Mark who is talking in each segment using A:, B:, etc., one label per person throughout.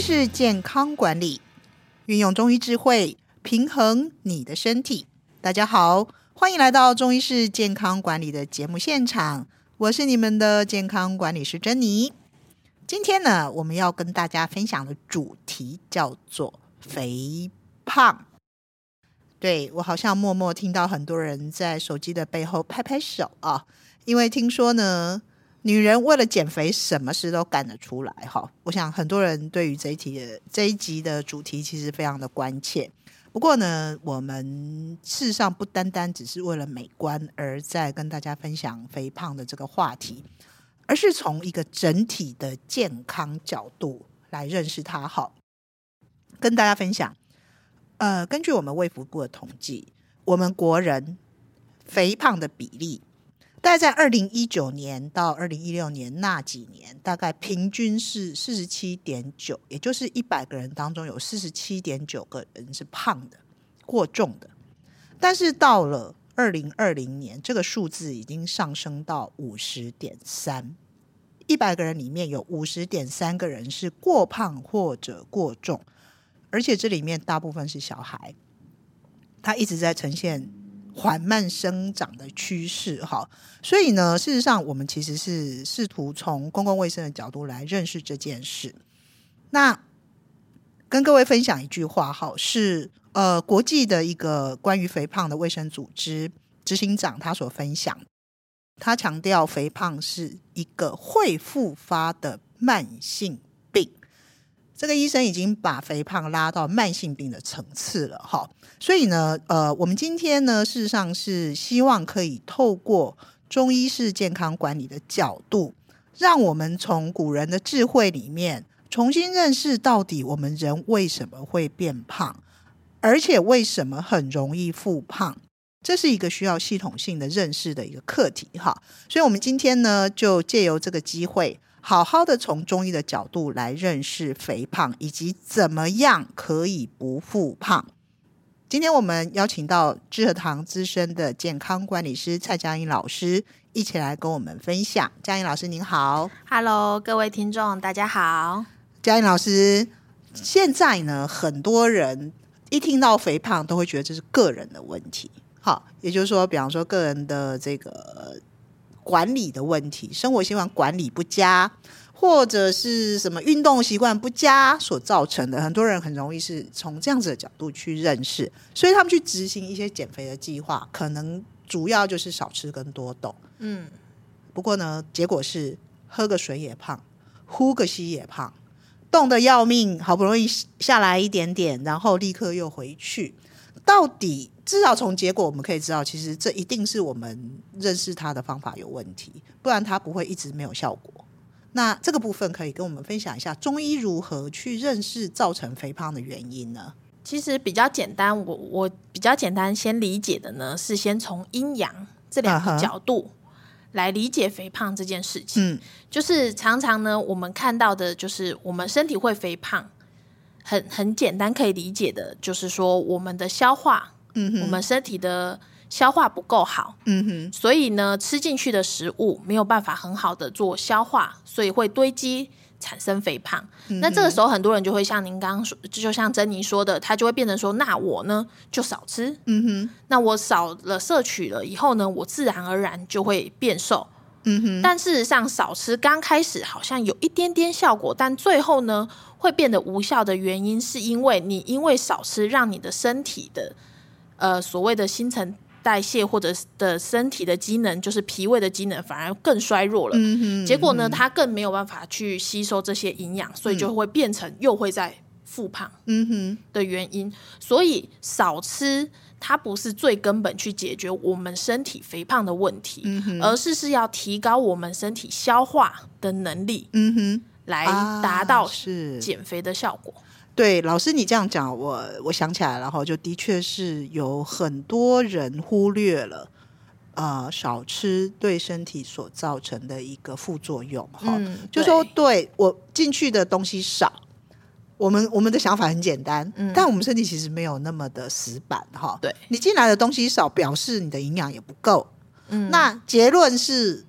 A: 式健康管理，运用中医智慧平衡你的身体。大家好，欢迎来到中医式健康管理的节目现场，我是你们的健康管理师珍妮。今天呢，我们要跟大家分享的主题叫做肥胖。对我好像默默听到很多人在手机的背后拍拍手啊，因为听说呢，女人为了减肥，什么事都干得出来哈。我想很多人对于这一题的这一集的主题其实非常的关切。不过呢，我们事实上不单单只是为了美观而在跟大家分享肥胖的这个话题，而是从一个整体的健康角度来认识它。好，跟大家分享。呃，根据我们卫福部的统计，我们国人肥胖的比例大概在二零一九年到二零一六年那几年，大概平均是四十七点九，也就是一百个人当中有四十七点九个人是胖的、过重的。但是到了二零二零年，这个数字已经上升到五十点三，一百个人里面有五十点三个人是过胖或者过重，而且这里面大部分是小孩，他一直在呈现缓慢生长的趋势哈。所以呢，事实上我们其实是试图从公共卫生的角度来认识这件事。那跟各位分享一句话哈，是呃国际的一个关于肥胖的卫生组织执行长他所分享的，他强调肥胖是一个会复发的慢性病。这个医生已经把肥胖拉到慢性病的层次了哈。所以呢，呃，我们今天呢，事实上是希望可以透过中医式健康管理的角度，让我们从古人的智慧里面重新认识到底我们人为什么会变胖，而且为什么很容易复胖。这是一个需要系统性的认识的一个课题哈，所以我们今天呢，就借由这个机会，好好的从中医的角度来认识肥胖，以及怎么样可以不复胖。今天我们邀请到知和堂资深的健康管理师蔡佳颖老师，一起来跟我们分享。佳颖老师您好，
B: Hello，各位听众，大家好。
A: 佳颖老师，现在呢，很多人一听到肥胖都会觉得这是个人的问题，好，也就是说，比方说个人的这个呃管理的问题，生活习惯管理不佳，或者是什么运动习惯不佳所造成的，很多人很容易是从这样子的角度去认识，所以他们去执行一些减肥的计划，可能主要就是少吃跟多动。
B: 嗯，
A: 不过呢，结果是喝个水也胖，呼个吸也胖，冻得要命，好不容易下来一点点，然后立刻又回去。到底至少从结果我们可以知道，其实这一定是我们认识它的方法有问题，不然它不会一直没有效果。那这个部分可以跟我们分享一下，中医如何去认识造成肥胖的原因呢？
B: 其实比较简单，我我比较简单先理解的呢，是先从阴阳这两
A: 啊哈
B: 个角度来理解肥胖这件事情。
A: 嗯
B: 就是常常呢，我们看到的就是我们身体会肥胖，很很简单可以理解的，就是说我们的消化，
A: 嗯
B: 我
A: 哼，
B: 们身体的消化不够好，
A: 嗯哼，
B: 所以呢，吃进去的食物没有办法很好的做消化，所以会堆积产生肥胖。
A: 嗯
B: 那这个时候，很多人就会像您刚刚说，就像珍妮说的，他就会变成说，那我呢就少吃，
A: 嗯哼，
B: 那我少了摄取了以后呢，我自然而然就会变瘦。
A: 嗯哼，
B: 但事实上，少吃刚开始好像有一点点效果，但最后呢会变得无效的原因，是因为你因为少吃，让你的身体的呃所谓的新陈代谢或者是的身体的机能，就是脾胃的机能反而更衰弱了。
A: 嗯哼，
B: 结果呢，它更没有办法去吸收这些营养，所以就会变成又会再复胖
A: 嗯哼，
B: 的原因。所以少吃它不是最根本去解决我们身体肥胖的问题，
A: 嗯
B: 而是是要提高我们身体消化的能力，
A: 嗯哼，
B: 来
A: 啊
B: 达到
A: 是
B: 减肥的效果。
A: 对，老师你这样讲，我我想起来了哈，就的确是有很多人忽略了。呃，少吃对身体所造成的一个副作用，哈、
B: 嗯
A: 就
B: 对
A: 说对我进去的东西少，我们我们的想法很简单，但我们身体其实没有那么的死板，哈。
B: 嗯对
A: 你进来的东西少，表示你的营养也不够。
B: 嗯
A: 那结论是，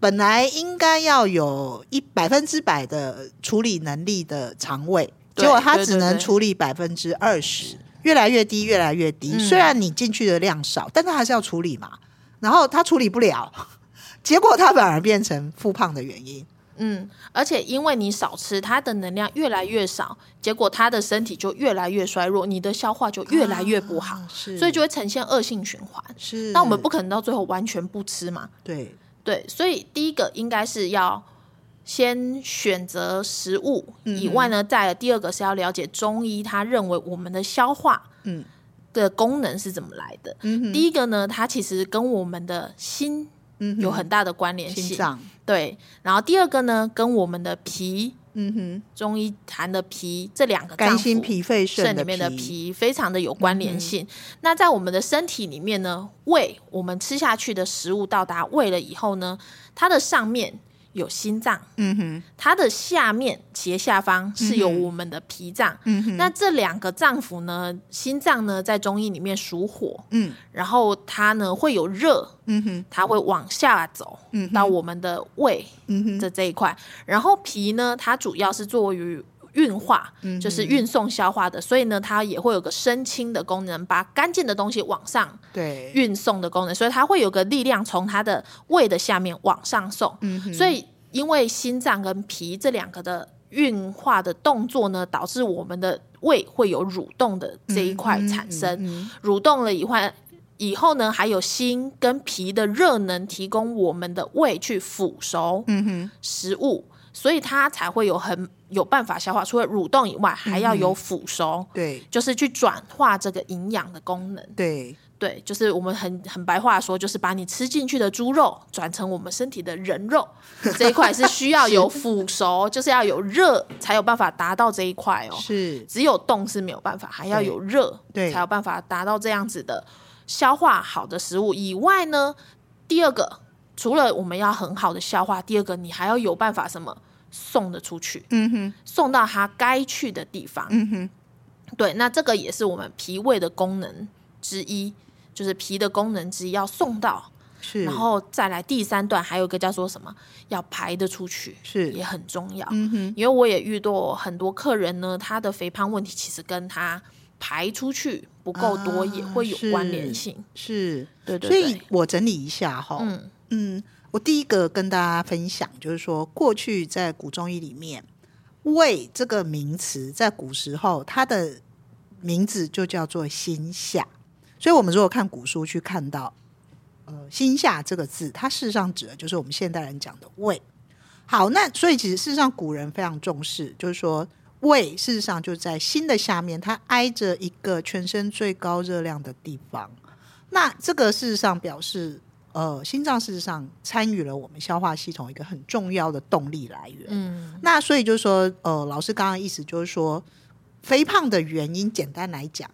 A: 本来应该要有一百分之百的处理能力的肠胃，结果它
B: 对对
A: 只能
B: 对
A: 处理百分之二十，越来越低，越来越低。
B: 嗯
A: 虽然你进去的量少，但它还是要处理嘛。然后它处理不了， 结果它反而变成复胖的原因。
B: 嗯，而且因为你少吃，它的能量越来越少，结果它的身体就越来越衰弱，你的消化就越来越不好，
A: 啊是
B: 所以就会呈现恶性循环。
A: 是。
B: 那我们不可能到最后完全不吃嘛，
A: 对
B: 对，所以第一个应该是要先选择食物，
A: 嗯
B: 以外呢，再来第二个是要了解中医他认为我们的消化
A: 嗯
B: 的功能是怎么来的。
A: 嗯哼
B: 第一个呢，它其实跟我们的心
A: 嗯哼
B: 有很大的关联
A: 心
B: 性，
A: 脏
B: 对。然后第二个呢，跟我们的脾，
A: 嗯哼
B: 中医谈的脾这两个脏
A: 肝
B: 腑
A: 心脾肺肾
B: 肾里面的脾嗯非常的有关联性。那在我们的身体里面呢，胃我们吃下去的食物到达胃了以后呢，它的上面有心脏，
A: 嗯哼
B: 它的下面斜下方是有
A: 嗯哼
B: 我们的脾脏。
A: 嗯哼
B: 那这两个脏腑呢，心脏呢在中医里面属火，
A: 嗯
B: 然后它呢会有热，
A: 嗯哼
B: 它会往下走
A: 嗯哼
B: 到我们的胃
A: 嗯哼
B: 的这一块。然后脾呢，它主要是作于运化，
A: 嗯哼
B: 就是运送消化的，所以呢，它也会有个升清的功能，把干净的东西往上
A: 对
B: 运送的功能，所以它会有个力量从它的胃的下面往上送。
A: 嗯哼
B: 所以，因为心脏跟脾这两个的运化的动作呢，导致我们的胃会有蠕动的这一块产生。
A: 嗯
B: 蠕动了以后，以后呢，还有心跟脾的热能提供我们的胃去腐熟
A: 嗯哼
B: 食物，所以它才会有很有办法消化。除了蠕动以外，
A: 嗯
B: 还要有腐熟，
A: 对
B: 就是去转化这个营养的功能。
A: 对
B: 对，就是我们很很白话说，就是把你吃进去的猪肉转成我们身体的人肉这一块是需要有腐熟，就是要有热才有办法达到这一块哦。
A: 是
B: 只有动是没有办法，还要有热，
A: 对
B: 才有办法达到这样子的消化好的食物以外呢，第二个除了我们要很好的消化，第二个你还要有办法什么送得出去，
A: 嗯哼
B: 送到它该去的地方。
A: 嗯哼
B: 对，那这个也是我们脾胃的功能之一，就是脾的功能之一要送到，
A: 是
B: 然后再来第三段还有一个叫做什么，要排得出去，
A: 是
B: 也很重要。
A: 嗯哼
B: 因为我也遇到很多客人呢，他的肥胖问题其实跟他排出去不够多、
A: 啊
B: 也会有关联性。
A: 是，
B: 对对
A: 所以
B: 对，
A: 我整理一下哈，
B: 嗯
A: 嗯，我第一个跟大家分享就是说，过去在古中医里面，胃这个名词在古时候它的名字就叫做心下，所以我们如果看古书去看到，呃，心下这个字，它事实上指的就是我们现代人讲的胃。好，那所以其实事实上古人非常重视，就是说胃事实上就在心的下面，它挨着一个全身最高热量的地方。那这个事实上表示，呃，心脏事实上参与了我们消化系统一个很重要的动力来源。
B: 嗯
A: 那所以就是说，呃，老师刚刚意思就是说，肥胖的原因，简单来讲，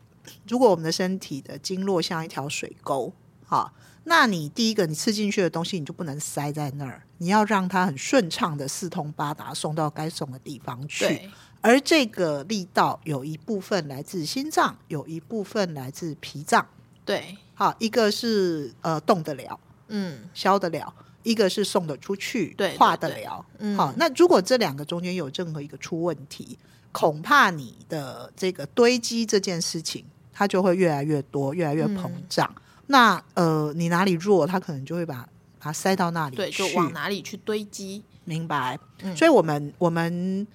A: 如果我们的身体的经络像一条水沟，好，那你第一个你吃进去的东西，你就不能塞在那儿，你要让它很顺畅的四通八达送到该送的地方去。
B: 对，
A: 而这个力道有一部分来自心脏，有一部分来自脾脏。
B: 对，
A: 好，一个是呃动得了，
B: 嗯
A: 消得了，一个是送得出去，
B: 对对
A: 化得
B: 对
A: 了。
B: 嗯，
A: 好，，那如果这两个中间有任何一个出问题，恐怕你的这个堆积这件事情，它就会越来越多，越来越膨
B: 嗯
A: 胀。那呃，你哪里弱，它可能就会把把它塞到那里去。
B: 对，就往哪里去堆积？
A: 明白。
B: 嗯
A: 所以我们我们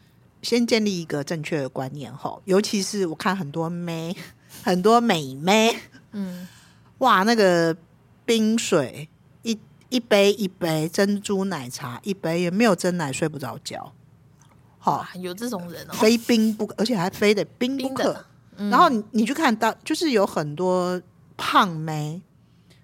A: 先建立一个正确的观念吼，尤其是我看很多妹， 很多美妹，
B: 嗯，
A: 哇，那个冰水一一杯一杯，珍珠奶茶一杯，也没有真奶睡不着觉。好、
B: 哇，有这种人哦，
A: 非冰不可，而且还非得冰不
B: 冰
A: 可
B: 的。，嗯
A: 然后你你去看到，就是有很多胖妹，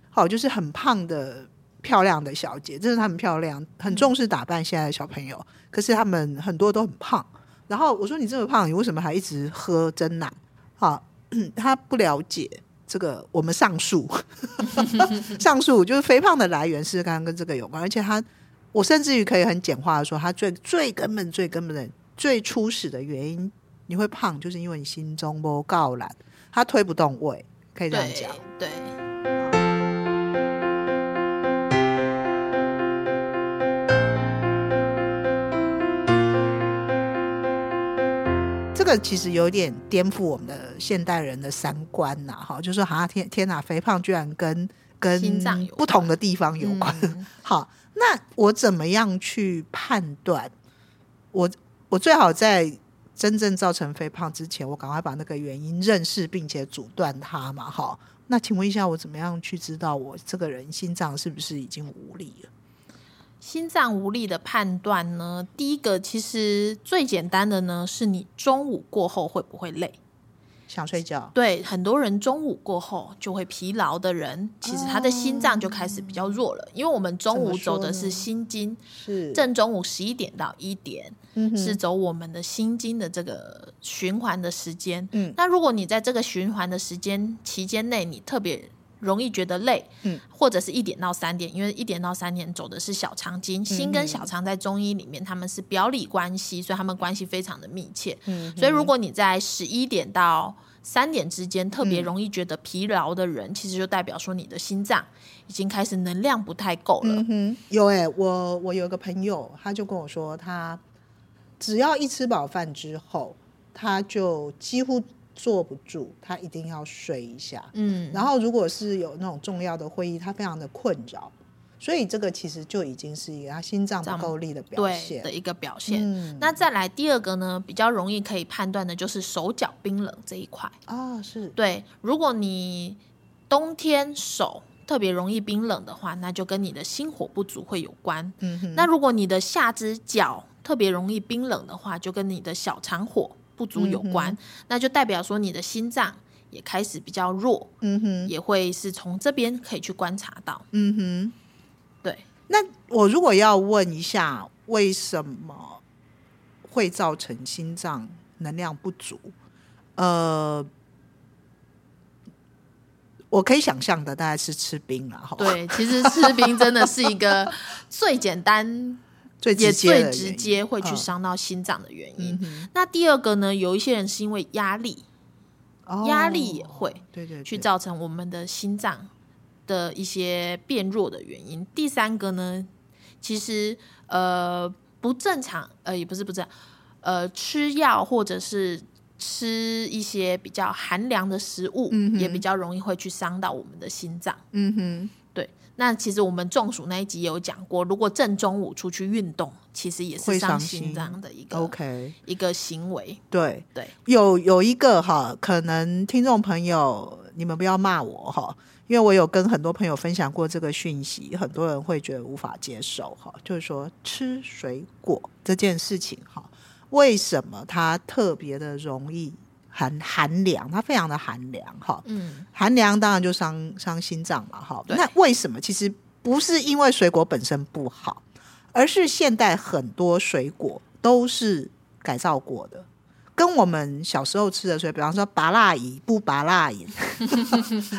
A: 好，就是很胖的漂亮的小姐，真的她们漂亮，很重视打扮。现在的小朋友，可是她们很多都很胖。然后我说你这么胖，你为什么还一直喝真奶？好，她不了解这个我们上述 上述就是肥胖的来源是刚刚跟这个有关，而且她，我甚至于可以很简化的说，她最最根本、最根本的、最初始的原因你会胖，就是因为你心中不够懒，它推不动胃，可以这样
B: 对
A: 讲。
B: 对，
A: 这个个其实有点颠覆我们的现代人的三观呐、哈，就说哈天天哪，肥胖居然跟
B: 心脏
A: 跟
B: 有关
A: 不同的地方有关。
B: 嗯
A: 好，那我怎么样去判断？我我最好在真正造成肥胖之前，我赶快把那个原因认识并且阻断它嘛。哈，那请问一下，我怎么样去知道我这个人心脏是不是已经无力了？
B: 心脏无力的判断呢，第一个其实最简单的呢，是你中午过后会不会累？
A: 想睡觉？
B: 对，很多人中午过后就会疲劳的人，其实他的心脏就开始比较弱了，因为我们中
A: 怎
B: 午
A: 么说
B: 走的
A: 呢
B: 是心经，
A: 是
B: 正中午十一点到一点、
A: 嗯哼
B: 是走我们的心经的这个循环的时间。
A: 嗯
B: 那如果你在这个循环的时间期间内，你特别容易觉得累，
A: 嗯，
B: 或者是一点到三点，因为一点到三点走的是小肠经，心
A: 嗯
B: 跟小肠在中医里面他们是表里关系，所以他们关系非常的密切。
A: 嗯
B: 所以如果你在十一点到三点之间特
A: 嗯
B: 别容易觉得疲劳的人，其实就代表说你的心脏已经开始能量不太够了。
A: 嗯哼，有哎、我我有一个朋友，他就跟我说，他只要一吃饱饭之后，他就几乎坐不住，他一定要睡一下。
B: 嗯
A: 然后如果是有那种重要的会议，他非常的困扰，所以这个其实就已经是一个他心脏不够力的表
B: 对
A: 现
B: 的。一个表现。
A: 嗯
B: 那再来第二个呢，比较容易可以判断的就是手脚冰冷这一块。
A: 啊、是
B: 对，如果你冬天手特别容易冰冷的话，那就跟你的心火不足会有关。
A: 嗯哼，
B: 那如果你的下肢脚特别容易冰冷的话，就跟你的小肠火不足有
A: 嗯
B: 关，那就代表说你的心脏也开始比较弱，
A: 嗯哼，
B: 也会是从这边可以去观察到。
A: 嗯哼。
B: 对，
A: 那我如果要问一下，为什么会造成心脏能量不足？呃，我可以想象的大概是吃冰了哈，，
B: 对，其实吃冰真的是一个最简单
A: 最直
B: 也
A: 接的
B: 最
A: 原
B: 直
A: 因
B: 接会去
A: 嗯
B: 伤到心脏的原因。
A: 嗯哼
B: 那第二个呢，有一些人是因为压力
A: 哦
B: 压力也会
A: 对对对
B: 去造成我们的心脏的一些变弱的原因。第三个呢，其实呃不正常，呃也不是不正常，呃吃药或者是。吃一些比较寒凉的食物，
A: 嗯哼
B: 也比较容易会去伤到我们的心脏。
A: 嗯哼。
B: 对，那其实我们中暑那一集也有讲过，如果正中午出去运动，其实也
A: 会
B: 是
A: 伤
B: 伤
A: 心
B: 心脏的一个
A: OK，
B: 一个行为。
A: 对，
B: 对，
A: 有有一个哈，可能听众朋友你们不要骂我哈，因为我有跟很多朋友分享过这个讯息，很多人会觉得无法接受哈，就是说吃水果这件事情哈，为什么它特别的容易寒寒凉？它非常的寒凉哈，
B: 嗯，
A: 寒凉当然就伤伤心脏嘛哈。
B: 对
A: 那为什么？其实不是因为水果本身不好，而是现代很多水果都是改造过的。跟我们小时候吃的水，比方说拔辣饮不拔辣饮，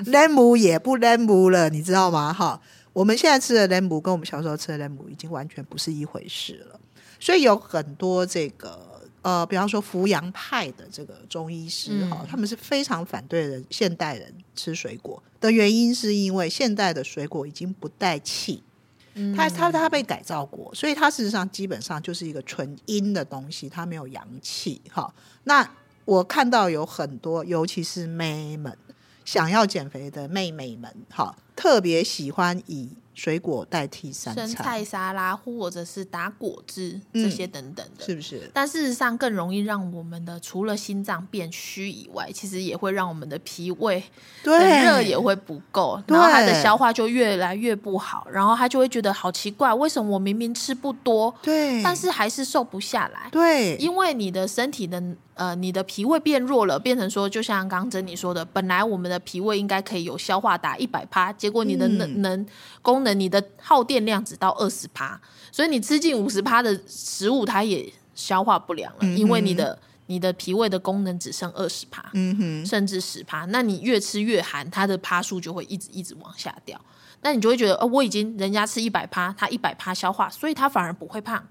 A: 莱姆也不莱姆了，你知道吗？哈，我们现在吃的莱姆跟我们小时候吃的莱姆已经完全不是一回事了。所以有很多这个呃，比方说扶阳派的这个中医师哈、
B: 嗯
A: 他们是非常反对人现代人吃水果的原因，是因为现代的水果已经不带气，
B: 嗯
A: 它它它被改造过，所以它事实上基本上就是一个纯阴的东西，它没有阳气哈、那我看到有很多，尤其是妹们想要减肥的妹妹们哈、特别喜欢以水果代替三
B: 生菜沙拉或者是打果汁
A: 嗯
B: 这些等等的。
A: 是不是？
B: 但事实上，更容易让我们的除了心脏变虚以外，其实也会让我们的脾胃的
A: 对，
B: 热也会不够，
A: 对
B: 然后它的消化就越来越不好，然后他就会觉得好奇怪，为什么我明明吃不多，
A: 对，
B: 但是还是瘦不下来？
A: 对，
B: 因为你的身体的呃，你的脾胃变弱了，变成说，就像刚刚珍妮说的，本来我们的脾胃应该可以有消化达一百趴，结果你的能、
A: 嗯
B: 能功能，你的耗电量只到二十趴，所以你吃进五十趴的食物，它也消化不良了，
A: 嗯哼
B: 因为你的你的脾胃的功能只剩二十趴，
A: 嗯哼，
B: 甚至十趴，那你越吃越寒，它的趴数就会一直一直往下掉，那你就会觉得，哦，我已经人家吃一百趴，他一百趴消化，所以他反而不会胖。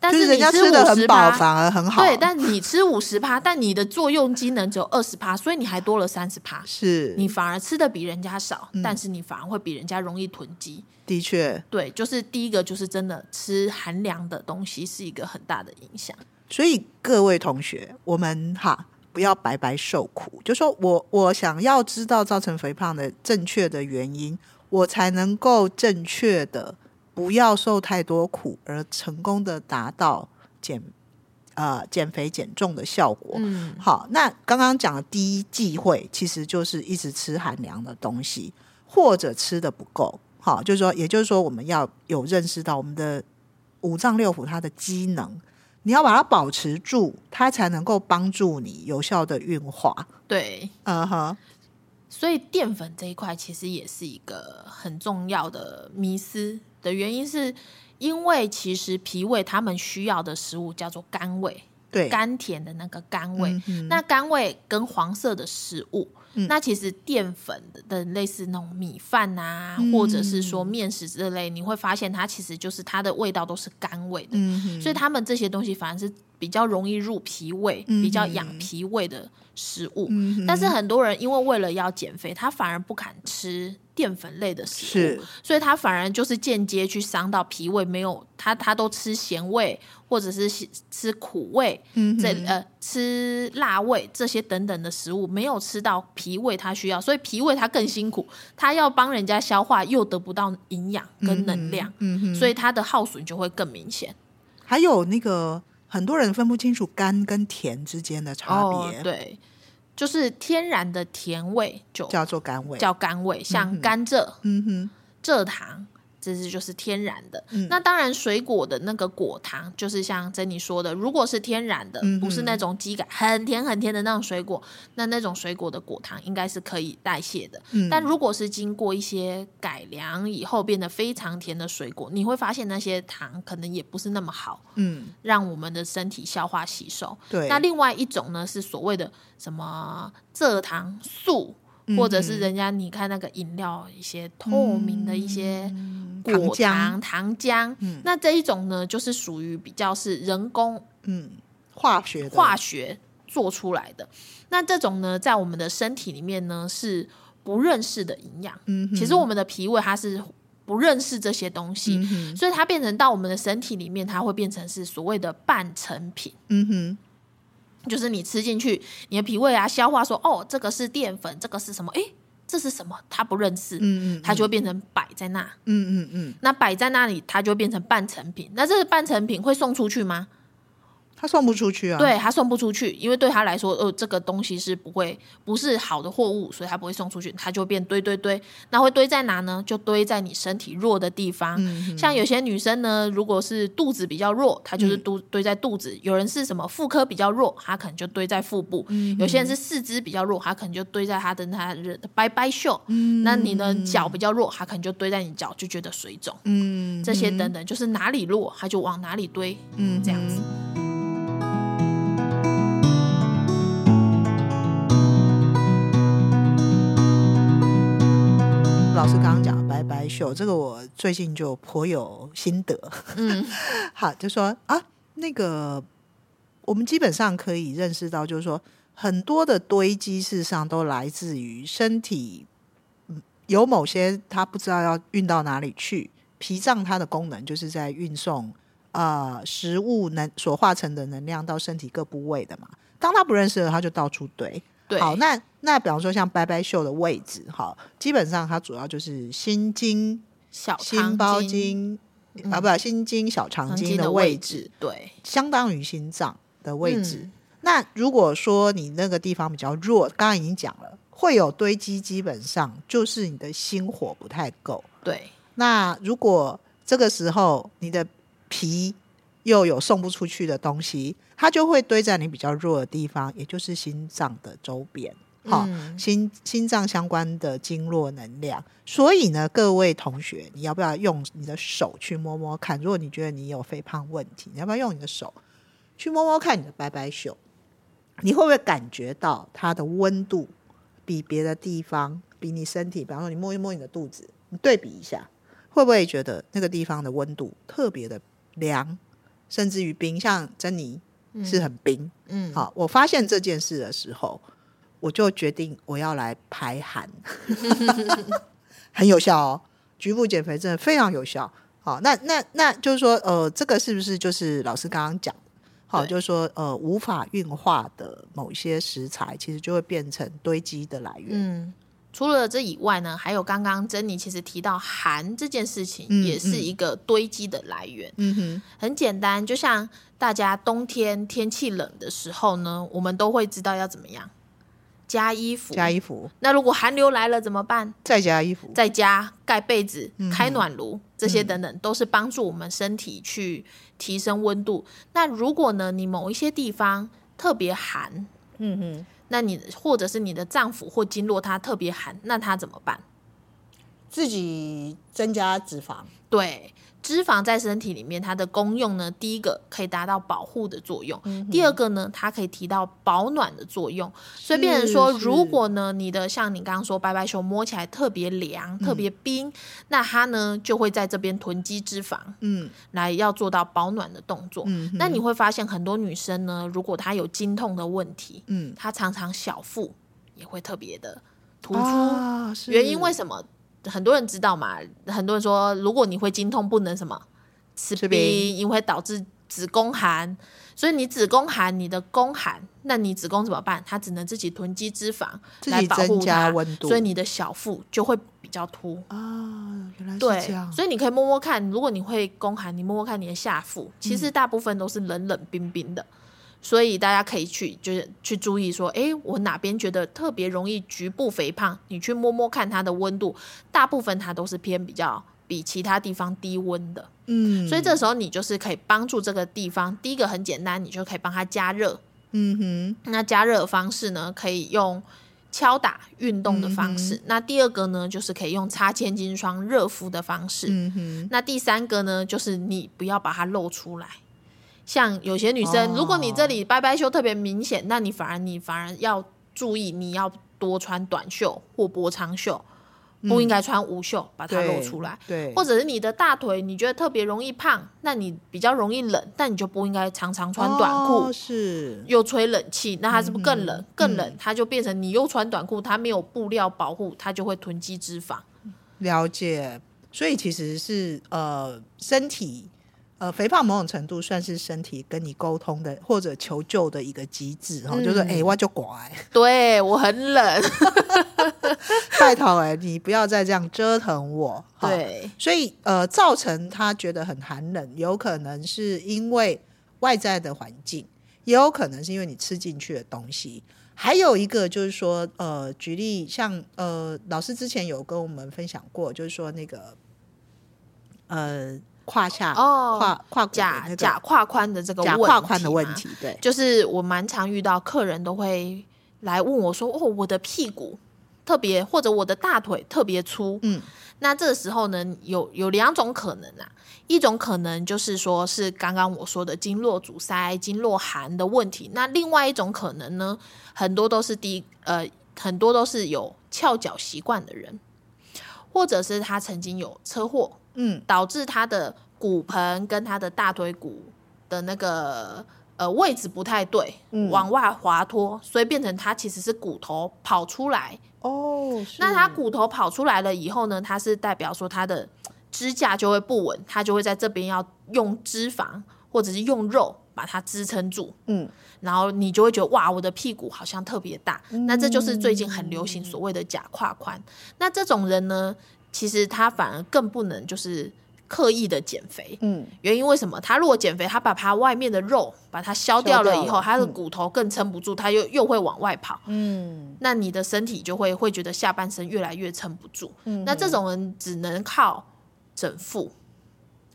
B: 但
A: 就是是人
B: 你
A: 家吃
B: 五
A: 的很
B: 十
A: 饱，
B: 趴，
A: 反而很好。
B: 对，但你吃五十趴，但你的作用机能只有二十趴，所以你还多了三十趴，
A: 是
B: 你反而吃的比人家少，
A: 嗯
B: 但是你反而会比人家容易囤积。
A: 的确，
B: 对，就是第一个就是真的吃寒凉的东西是一个很大的影响。
A: 所以各位同学，我们哈不要白白受苦。就说我我想要知道造成肥胖的正确的原因，我才能够正确的不要受太多苦，而成功的达到减呃减肥减重的效果。
B: 嗯，
A: 好，那刚刚讲的第一忌讳，其实就是一直吃寒凉的东西，或者吃的不够。好，就是说，也就是说，我们要有认识到我们的五脏六腑它的机能，你要把它保持住，它才能够帮助你有效的运化。
B: 对，
A: 嗯哼，
B: 所以淀粉这一块其实也是一个很重要的迷思的原因，是因为其实脾胃他们需要的食物叫做甘味，
A: 对，
B: 甘甜的那个甘味。
A: 嗯哼
B: 那甘味跟黄色的食物，
A: 嗯
B: 那其实淀粉的的类似那种米饭啊，
A: 嗯
B: 或者是说面食之类，你会发现它其实就是它的味道都是甘味的，
A: 嗯哼，
B: 所以他们这些东西反而是比较容易入脾胃、
A: 嗯
B: 比较养脾胃的食物。
A: 嗯哼
B: 但是很多人因为为了要减肥，他反而不敢吃淀粉类的食
A: 是
B: 物，所以他反而就是间接去伤到脾胃，没有他他都吃咸味或者是喜吃苦味，
A: 嗯哼
B: 这呃吃辣味这些等等的食物，没有吃到脾胃它需要，所以脾胃它更辛苦，它要帮人家消化，又得不到营养跟能量，，
A: 嗯哼，
B: 所以它的耗损就会更明显。
A: 还有那个很多人分不清楚甘跟甜之间的差别，
B: 哦，对，就是天然的甜味就
A: 叫做甘味。
B: 叫甘味，像甘蔗、
A: 嗯哼，
B: 蔗糖。这是就是天然的，
A: 嗯
B: 那当然水果的那个果糖，就是像珍妮说的，如果是天然的，
A: 嗯哼
B: 不是那种鸡感很甜很甜的那种水果，那那种水果的果糖应该是可以代谢的。
A: 嗯
B: 但如果是经过一些改良以后变得非常甜的水果，你会发现那些糖可能也不是那么好，
A: 嗯，
B: 让我们的身体消化吸收。
A: 对，
B: 那另外一种呢是所谓的什么蔗糖素，
A: 嗯
B: 或者是人家你看那个饮料一些透明的一些果
A: 嗯糖浆
B: 糖、糖浆，
A: 嗯
B: 那这一种呢就是属于比较是人工
A: 嗯，化学的
B: 化学做出来的。那这种呢，在我们的身体里面呢是不认识的营养。
A: 嗯哼，
B: 其实我们的脾胃它是不认识这些东西，
A: 嗯哼，
B: 所以它变成到我们的身体里面，它会变成是所谓的半成品。
A: 嗯哼，
B: 就是你吃进去，你的脾胃啊消化说，哦，这个是淀粉，这个是什么？诶，这是什么？它不认识，
A: 嗯嗯，
B: 它就会变成摆在那。
A: 嗯嗯嗯，
B: 那摆在那里，它就会变成半成品。那这个半成品会送出去吗？
A: 他送不出去啊，，
B: 对，它送不出去，因为对他来说，呃，这个东西是不会不是好的货物，所以它不会送出去，它就变堆堆堆。那会堆在哪呢？就堆在你身体弱的地方。
A: 嗯
B: 像有些女生呢，如果是肚子比较弱，她
A: 嗯
B: 就是堆堆在肚子；有人是什么妇科比较弱，她可能就堆在腹部；
A: 嗯
B: 有些人是四肢比较弱，她可能就堆在她的她的拜拜袖。
A: 嗯
B: 那你呢，脚比较弱，她可能就堆在你脚，就觉得水肿。
A: 嗯，
B: 这些等等，就是哪里弱，她就往哪里堆。
A: 嗯
B: 这样子。
A: 老师刚刚讲的拜拜秀，这个我最近就颇有心得。
B: 嗯，
A: 好，就说啊，那个我们基本上可以认识到，就是说很多的堆积事实上都来自于身体，嗯，有某些它不知道要运到哪里去，脾脏它的功能就是在运送呃食物能所化成的能量到身体各部位的嘛。当它不认识了，它就到处堆。
B: 对。
A: 好，那那比方说像拜拜秀的位置，哈，基本上它主要就是心经、
B: 小嗯
A: 心包经。啊，不，心经、小肠
B: 肠
A: 经
B: 经
A: 的
B: 的
A: 位
B: 位
A: 置，
B: 置，对
A: 相当于心脏的位置。
B: 嗯
A: 那如果说你那个地方比较弱，刚刚已经讲了，会有堆积，基本上就是你的心火不太够。
B: 对
A: 那如果这个时候你的脾又有送不出去的东西，它就会堆在你比较弱的地方，也就是心脏的周边。好、
B: 嗯
A: 心心脏相关的经络能量。所以呢，各位同学，你要不要用你的手去摸摸看？如果你觉得你有肥胖问题，你要不要用你的手去摸摸看你的白白袖？你会不会感觉到它的温度比别的地方，比你身体，比方说你摸一摸你的肚子，你对比一下，会不会觉得那个地方的温度特别的凉，甚至于冰，像珍妮
B: 嗯
A: 是很冰。
B: 嗯，
A: 好，我发现这件事的时候，我就决定我要来排寒， 很有效哦。局部减肥真的非常有效。好，那那那就是说，呃，这个是不是就是老师刚刚讲？好，
B: 对
A: 就是说，呃，无法运化的某些食材，其实就会变成堆积的来源。
B: 嗯，除了这以外呢，还有刚刚珍妮其实提到寒这件事情，
A: 嗯
B: 也是一个堆积的来源。
A: 嗯哼，
B: 很简单，就像大家冬天天气冷的时候呢，我们都会知道要怎么样加衣服。
A: 加衣服，
B: 那如果寒流来了怎么办？
A: 再加衣服，
B: 在家盖被子
A: 嗯、
B: 开暖炉、这些等等，都是帮助我们身体去提升温度。那如果呢，你某一些地方特别寒，
A: 嗯哼，
B: 那你或者是你的脏腑或经络它特别寒，那它怎么办？
C: 自己增加脂肪，
B: 对，脂肪在身体里面它的功用呢，第一个可以达到保护的作用，第二个呢，它可以提到保暖的作用。所以，变成说，
C: 是
B: 如果呢，你的像你刚刚说白白熊摸起来特别凉、特别冰，那它呢就会在这边囤积脂肪，
A: 嗯
B: 来要做到保暖的动作。
A: 嗯哼，
B: 那你会发现，很多女生呢，如果她有经痛的问题，
A: 嗯
B: 她常常小腹也会特别的突出。
A: 啊，是
B: 原因为什么？很多人知道嘛，很多人说，如果你会经痛，不能什么吃
A: 吃
B: 冰，
A: 冰
B: 因为会导致子宫寒。所以你子宫寒，你的宫寒，那你子宫怎么办？它只能自己囤积脂肪
A: 自
B: 来
A: 己
B: 保护
A: 增加
B: 它，
A: 温度，
B: 所以你的小腹就会比较凸。
A: 啊，原来是
B: 对
A: 这样，，
B: 所以你可以摸摸看，如果你会宫寒，你摸摸看你的下腹，其
A: 嗯
B: 实大部分都是冷冷冰冰的，所以大家可以去就是去注意说，诶，我哪边觉得特别容易局部肥胖，你去摸摸看它的温度，大部分它都是偏比较比其他地方低温的，
A: 嗯，
B: 所以这时候你就是可以帮助这个地方，第一个很简单，你就可以帮它加热，
A: 嗯
B: 那加热的方式呢，可以用敲打运动的方
A: 嗯
B: 式，那第二个呢，就是可以用擦千金霜热敷的方式，
A: 哼，嗯哼，
B: 那第三个呢，就是你不要把它露出来。像有些女生，
A: 哦
B: 如果你这里拜拜袖特别明显，那你反而你反而要注意，你要多穿短袖或薄长袖，不应该穿无袖把它
A: 嗯对
B: 露出来。
A: 对，
B: 或者是你的大腿你觉得特别容易胖，那你比较容易冷，但你就不应该常常穿短裤。
A: 哦是，
B: 又吹冷气，那它是不是更冷？
A: 嗯
B: 更冷，它就变成你又穿短裤，它没有布料保护，它就会囤积脂肪。
A: 了解，所以其实是呃，身体呃，肥胖某种程度算是身体跟你沟通的或者求救的一个机制哈，就是
B: 嗯
A: 哎、欸我就拐，
B: 对我很冷，
A: 拜托哎，你不要再这样折腾我。哈，
B: 对，
A: 所以呃，造成他觉得很寒冷，有可能是因为外在的环境，也有可能是因为你吃进去的东西。还有一个就是说，呃，举例像呃，老师之前有跟我们分享过，就是说那个呃胯下、
B: 哦
A: 胯胯骨的
B: 假
A: 那个
B: 假胯宽的这个
A: 假
B: 问
A: 胯宽的
B: 嘛
A: 问，题，对，
B: 就是我蛮常遇到客人都会来问我说：“哦，我的屁股特别，或者我的大腿特别粗。”
A: 嗯，
B: 那这个时候呢，有有两种可能啊，一种可能就是说是刚刚我说的经络阻塞、经络寒的问题，那另外一种可能呢，很多都是第一呃，很多都是有翘脚习惯的人，或者是他曾经有车祸，
A: 嗯
B: 导致他的骨盆跟他的大腿骨的那个呃位置不太对，
A: 嗯
B: 往外滑脱，所以变成他其实是骨头跑出来。
A: 哦，
B: 那他骨头跑出来了以后呢，它是代表说他的支架就会不稳，他就会在这边要用脂肪或者是用肉把它支撑住。
A: 嗯
B: 然后你就会觉得哇，我的屁股好像特别大。那这就是最近很流行所谓的假胯宽。那这种人呢，其实他反而更不能就是刻意的减肥。
A: 嗯
B: 原因为什么？他如果减肥，他把他外面的肉把它消掉了
A: 消
B: 以
A: 掉
B: 后，
A: 了
B: 他的
A: 嗯
B: 骨头更撑不住，他又又会往外跑。
A: 嗯
B: 那你的身体就会会觉得下半身越来越撑不住。
A: 嗯
B: 那这种人只能靠整腹，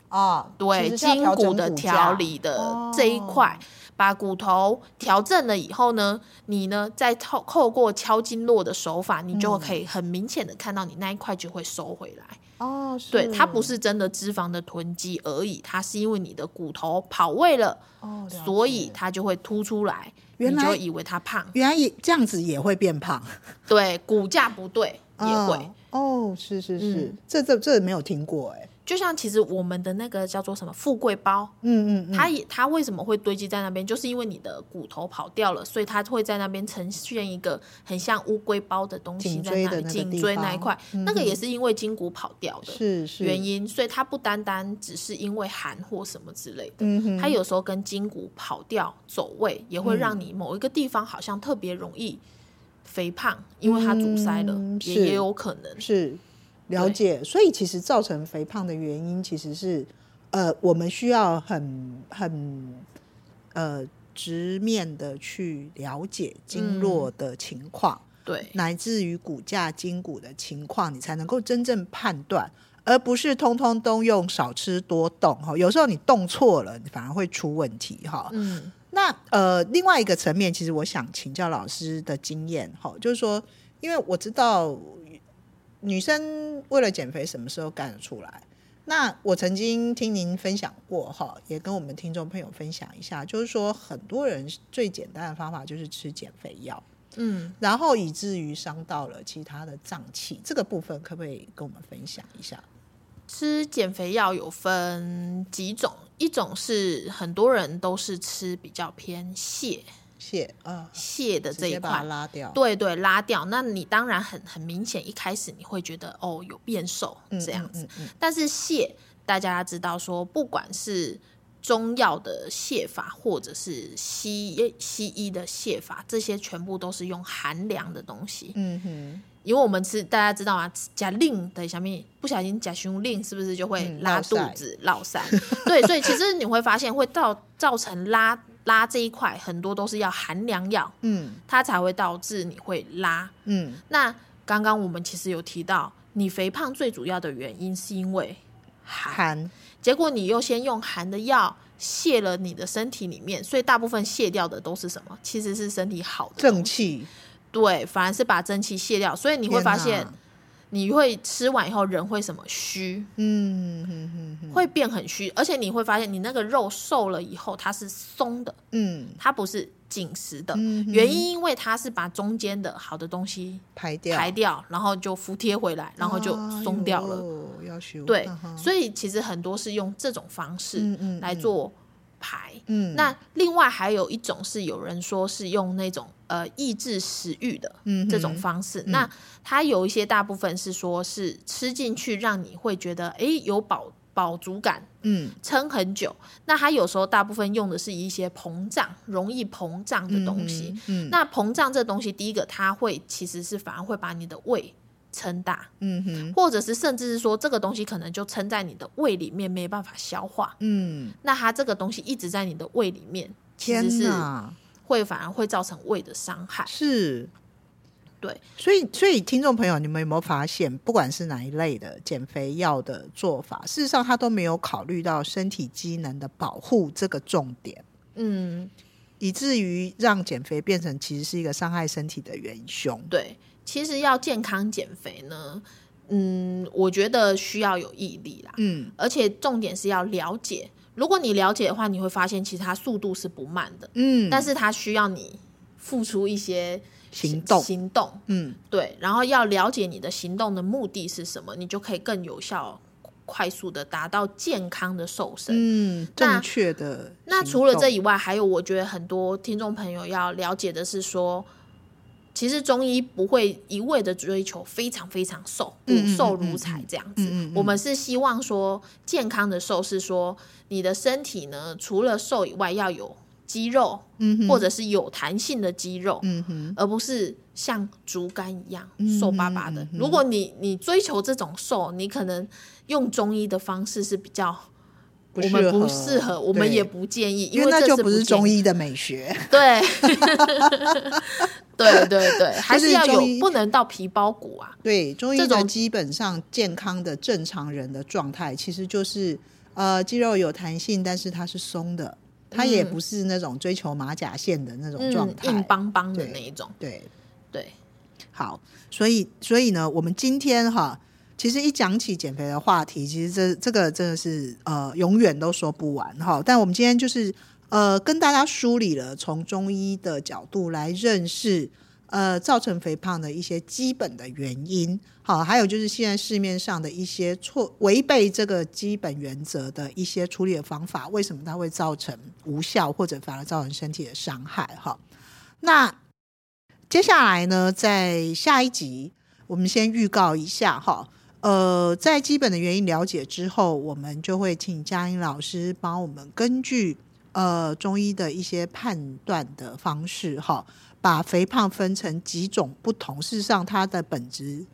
A: 啊，
C: 其
B: 对
C: 实是要
B: 筋
C: 调整
B: 骨的
C: 骨架哦
B: 调理的这一块，把骨头调正了以后呢，你呢再透透过敲经络的手法，你就
C: 嗯
B: 可以很明显的看到你那一块就会收回来。
A: 哦，是
B: 对，它不是真的脂肪的囤积而已，它是因为你的骨头跑位了，
A: 哦，了
B: 所
A: 解
B: 以它就会凸出来，
A: 原
B: 你就
A: 来
B: 会以为它胖，
A: 原来也这样子也会变胖。
B: 对，骨架不对也会。
A: 嗯嗯哦，是是是，
B: 嗯
A: 这这这没有听过哎、
B: 就像其实我们的那个叫做什么富贵包，
A: 嗯嗯嗯，
B: 它也它为什么会堆积在那边，就是因为你的骨头跑掉了，所以它会在那边呈现一个很像乌龟包的东西
A: 颈
B: 在
A: 椎
B: 那
A: 的
B: 里，
A: 那个
B: 颈
A: 地
B: 椎那
A: 方
B: 一块，那个也是因为筋骨跑掉的
A: 是是
B: 原因，所以它不单单只是因为寒或什么之类的，
A: 嗯嗯哼，
B: 它有时候跟筋骨跑掉、走位，也会让你某一个地方好像特别容易肥胖，因为它阻塞了，
A: 嗯
B: 也
A: 是
B: 也有可能。
A: 是了
B: 对
A: 解，所以其实造成肥胖的原因其实是，呃，我们需要很很呃直面的去了解经络的情况，
B: 对，
A: 乃至于骨架、筋骨的情况，你才能够真正判断。而不是通通都用少吃多动哈，有时候你动错了，你反而会出问题哈。
B: 嗯，
A: 那呃，另外一个层面，其实我想请教老师的经验，哈，就是说，因为我知道女生为了减肥什么时候干得出来。那我曾经听您分享过，哈，也跟我们听众朋友分享一下，就是说，很多人最简单的方法就是吃减肥药，
B: 嗯，
A: 然后以至于伤到了其他的脏器，这个部分可不可以跟我们分享一下？
B: 吃减肥药有分几种，一种是很多人都是吃比较偏泻
A: 谢啊，
B: 泻的这
A: 直
B: 一
A: 接把它
B: 块，
A: 拉掉，
B: 对对，拉掉。那你当然很很明显，一开始你会觉得哦有变瘦
A: 嗯，
B: 这样子，
A: 嗯嗯嗯
B: 但是泻大家要知道说，不管是中药的泻法，或者是西西医的泻法，这些全部都是用寒凉的东西。
A: 嗯哼，
B: 因为我们吃，大家知道啊，假令的下面不小心假胸令是不是就会
A: 嗯
B: 拉
A: 落
B: 肚
A: 腮
B: 子、落腮？ 对，所以其实你会发现会造造成拉拉这一块，很多都是要寒凉药，
A: 嗯
B: 它才会导致你会拉。
A: 嗯，
B: 那刚刚我们其实有提到，你肥胖最主要的原因是因为寒，
A: 含
B: 结果你又先用寒的药泻了你的身体里面，所以大部分泻掉的都是什么？其实是身体好的
A: 正
B: 东西，
A: 气，
B: 对，反而是把蒸汽卸掉，所以你会
A: 天
B: 发
A: 哪
B: 现。你会吃完以后人会什么虚，
A: 嗯哼哼哼，
B: 会变很虚，而且你会发现你那个肉瘦了以后它是松的，
A: 嗯
B: 它不是紧实的。
A: 嗯哼
B: 原因因为它是把中间的好的东西
A: 排掉，
B: 排掉，然后就服贴回来，然后就松掉了。
A: 了，要修
B: 对，
A: 以
B: 所以其实很多是用这种方式
A: 嗯
B: 来，做排。
A: 嗯嗯
B: 那另外还有一种是有人说是用那种呃抑制食欲的
A: 嗯哼
B: 这种方式，那它有一些大部分是说是吃进去让你会觉得诶有饱饱足感，
A: 嗯
B: 撑很久。那它有时候大部分用的是一些膨胀容易膨胀的东西。，
A: 嗯
B: 那膨胀这东西，第一个它会其实是反而会把你的胃撑大，
A: 嗯哼
B: 或者是甚至是说这个东西可能就撑在你的胃里面没办法消化。
A: 嗯，
B: 那它这个东西一直在你的胃里面，其实
A: 天
B: 是
A: 哪，
B: 会反而会造成胃的伤害。
A: 是。
B: 对，
A: 所以，所以听众朋友，你们有没有发现，不管是哪一类的减肥药的做法，事实上它都没有考虑到身体机能的保护这个重点，
B: 嗯，
A: 以至于让减肥变成其实是一个伤害身体的元凶。
B: 对，其实要健康减肥呢，嗯，我觉得需要有毅力啦，
A: 嗯
B: 而且重点是要了解。如果你了解的话，你会发现其实它速度是不慢的，
A: 嗯，
B: 但是它需要你付出一些
A: 行动
B: 行动
A: 嗯
B: 对，然后要了解你的行动的目的是什么，你就可以更有效、快速的达到健康的瘦身。
A: 嗯，
B: 那
A: 正确的
B: 那
A: 行
B: 除了这
A: 动
B: 以外，还有我觉得很多听众朋友要了解的是说，其实中医不会一味的追求非常非常瘦，骨
A: 嗯嗯
B: 瘦
A: 嗯
B: 如
A: 嗯
B: 柴这样子。
A: 嗯嗯嗯
B: 我们是希望说健康的瘦是说你的身体呢，除了瘦以外要有肌肉，
A: 嗯哼
B: 或者是有弹性的肌肉，
A: 嗯哼。
B: 而不是像竹竿一样
A: 嗯
B: 瘦巴巴
A: 嗯
B: 的。
A: 嗯嗯
B: 如果你你追求这种瘦，你可能用中医的方式是比较。
A: 不
B: 我们
A: 适
B: 不
A: 合
B: 适合，我们
A: 对
B: 也不建议，
A: 因
B: 为
A: 那
B: 这
A: 就是不是中
B: 建议。
A: 医的美学。
B: 对，对对对，还
A: 就是
B: 是要
A: 中医
B: 有，不能到皮包骨啊。
A: 对，中医
B: 这
A: 的
B: 种
A: 基本上健康的正常人的状态，其实就是呃肌肉有弹性，但是它是松的，它也
B: 嗯
A: 不是那种追求马甲线的那种状
B: 嗯，
A: 态。
B: 硬邦邦的
A: 对
B: 那一种，
A: 对，
B: 对，
A: 好，所以所以呢，我们今天哈，其实一讲起减肥的话题，其实这这个真的是呃永远都说不完哈。但我们今天就是呃跟大家梳理了从中医的角度来认识。呃造成肥胖的一些基本的原因。好，还有就是现在市面上的一些错违背这个基本原则的一些处理的方法，为什么它会造成无效或者反而造成身体的伤害？哈，那接下来呢，在下一集我们先预告一下哈。呃，在基本的原因了解之后，我们就会请佳音老师帮我们根据呃中医的一些判断的方式哈，把肥胖分成几种不同。事实上，它的本质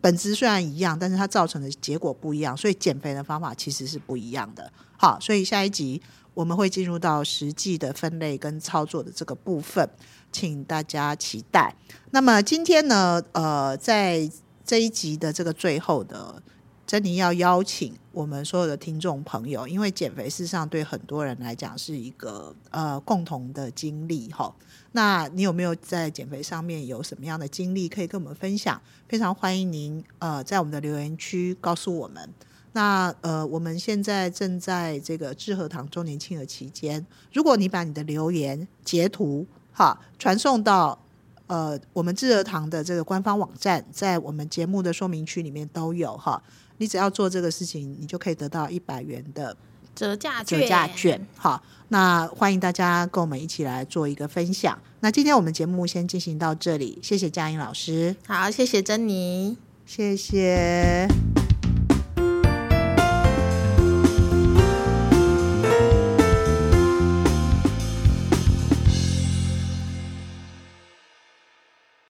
A: 本质虽然一样，但是它造成的结果不一样，所以减肥的方法其实是不一样的。好，所以下一集我们会进入到实际的分类跟操作的这个部分，请大家期待。那么今天呢，呃，在这一集的这个最后的珍妮要邀请我们所有的听众朋友，因为减肥事实上对很多人来讲是一个呃共同的经历哈。那你有没有在减肥上面有什么样的经历可以跟我们分享？非常欢迎您呃在我们的留言区告诉我们。那呃，我们现在正在这个致和堂周年庆的期间，如果你把你的留言截图哈传送到呃，我们智德堂的这个官方网站，在我们节目的说明区里面都有哈。你只要做这个事情，你就可以得到一百元的
B: 折价
A: 折价券哈。那欢迎大家跟我们一起来做一个分享。那今天我们节目先进行到这里，谢谢佳音老师，
B: 好，谢谢珍妮。
A: 谢谢。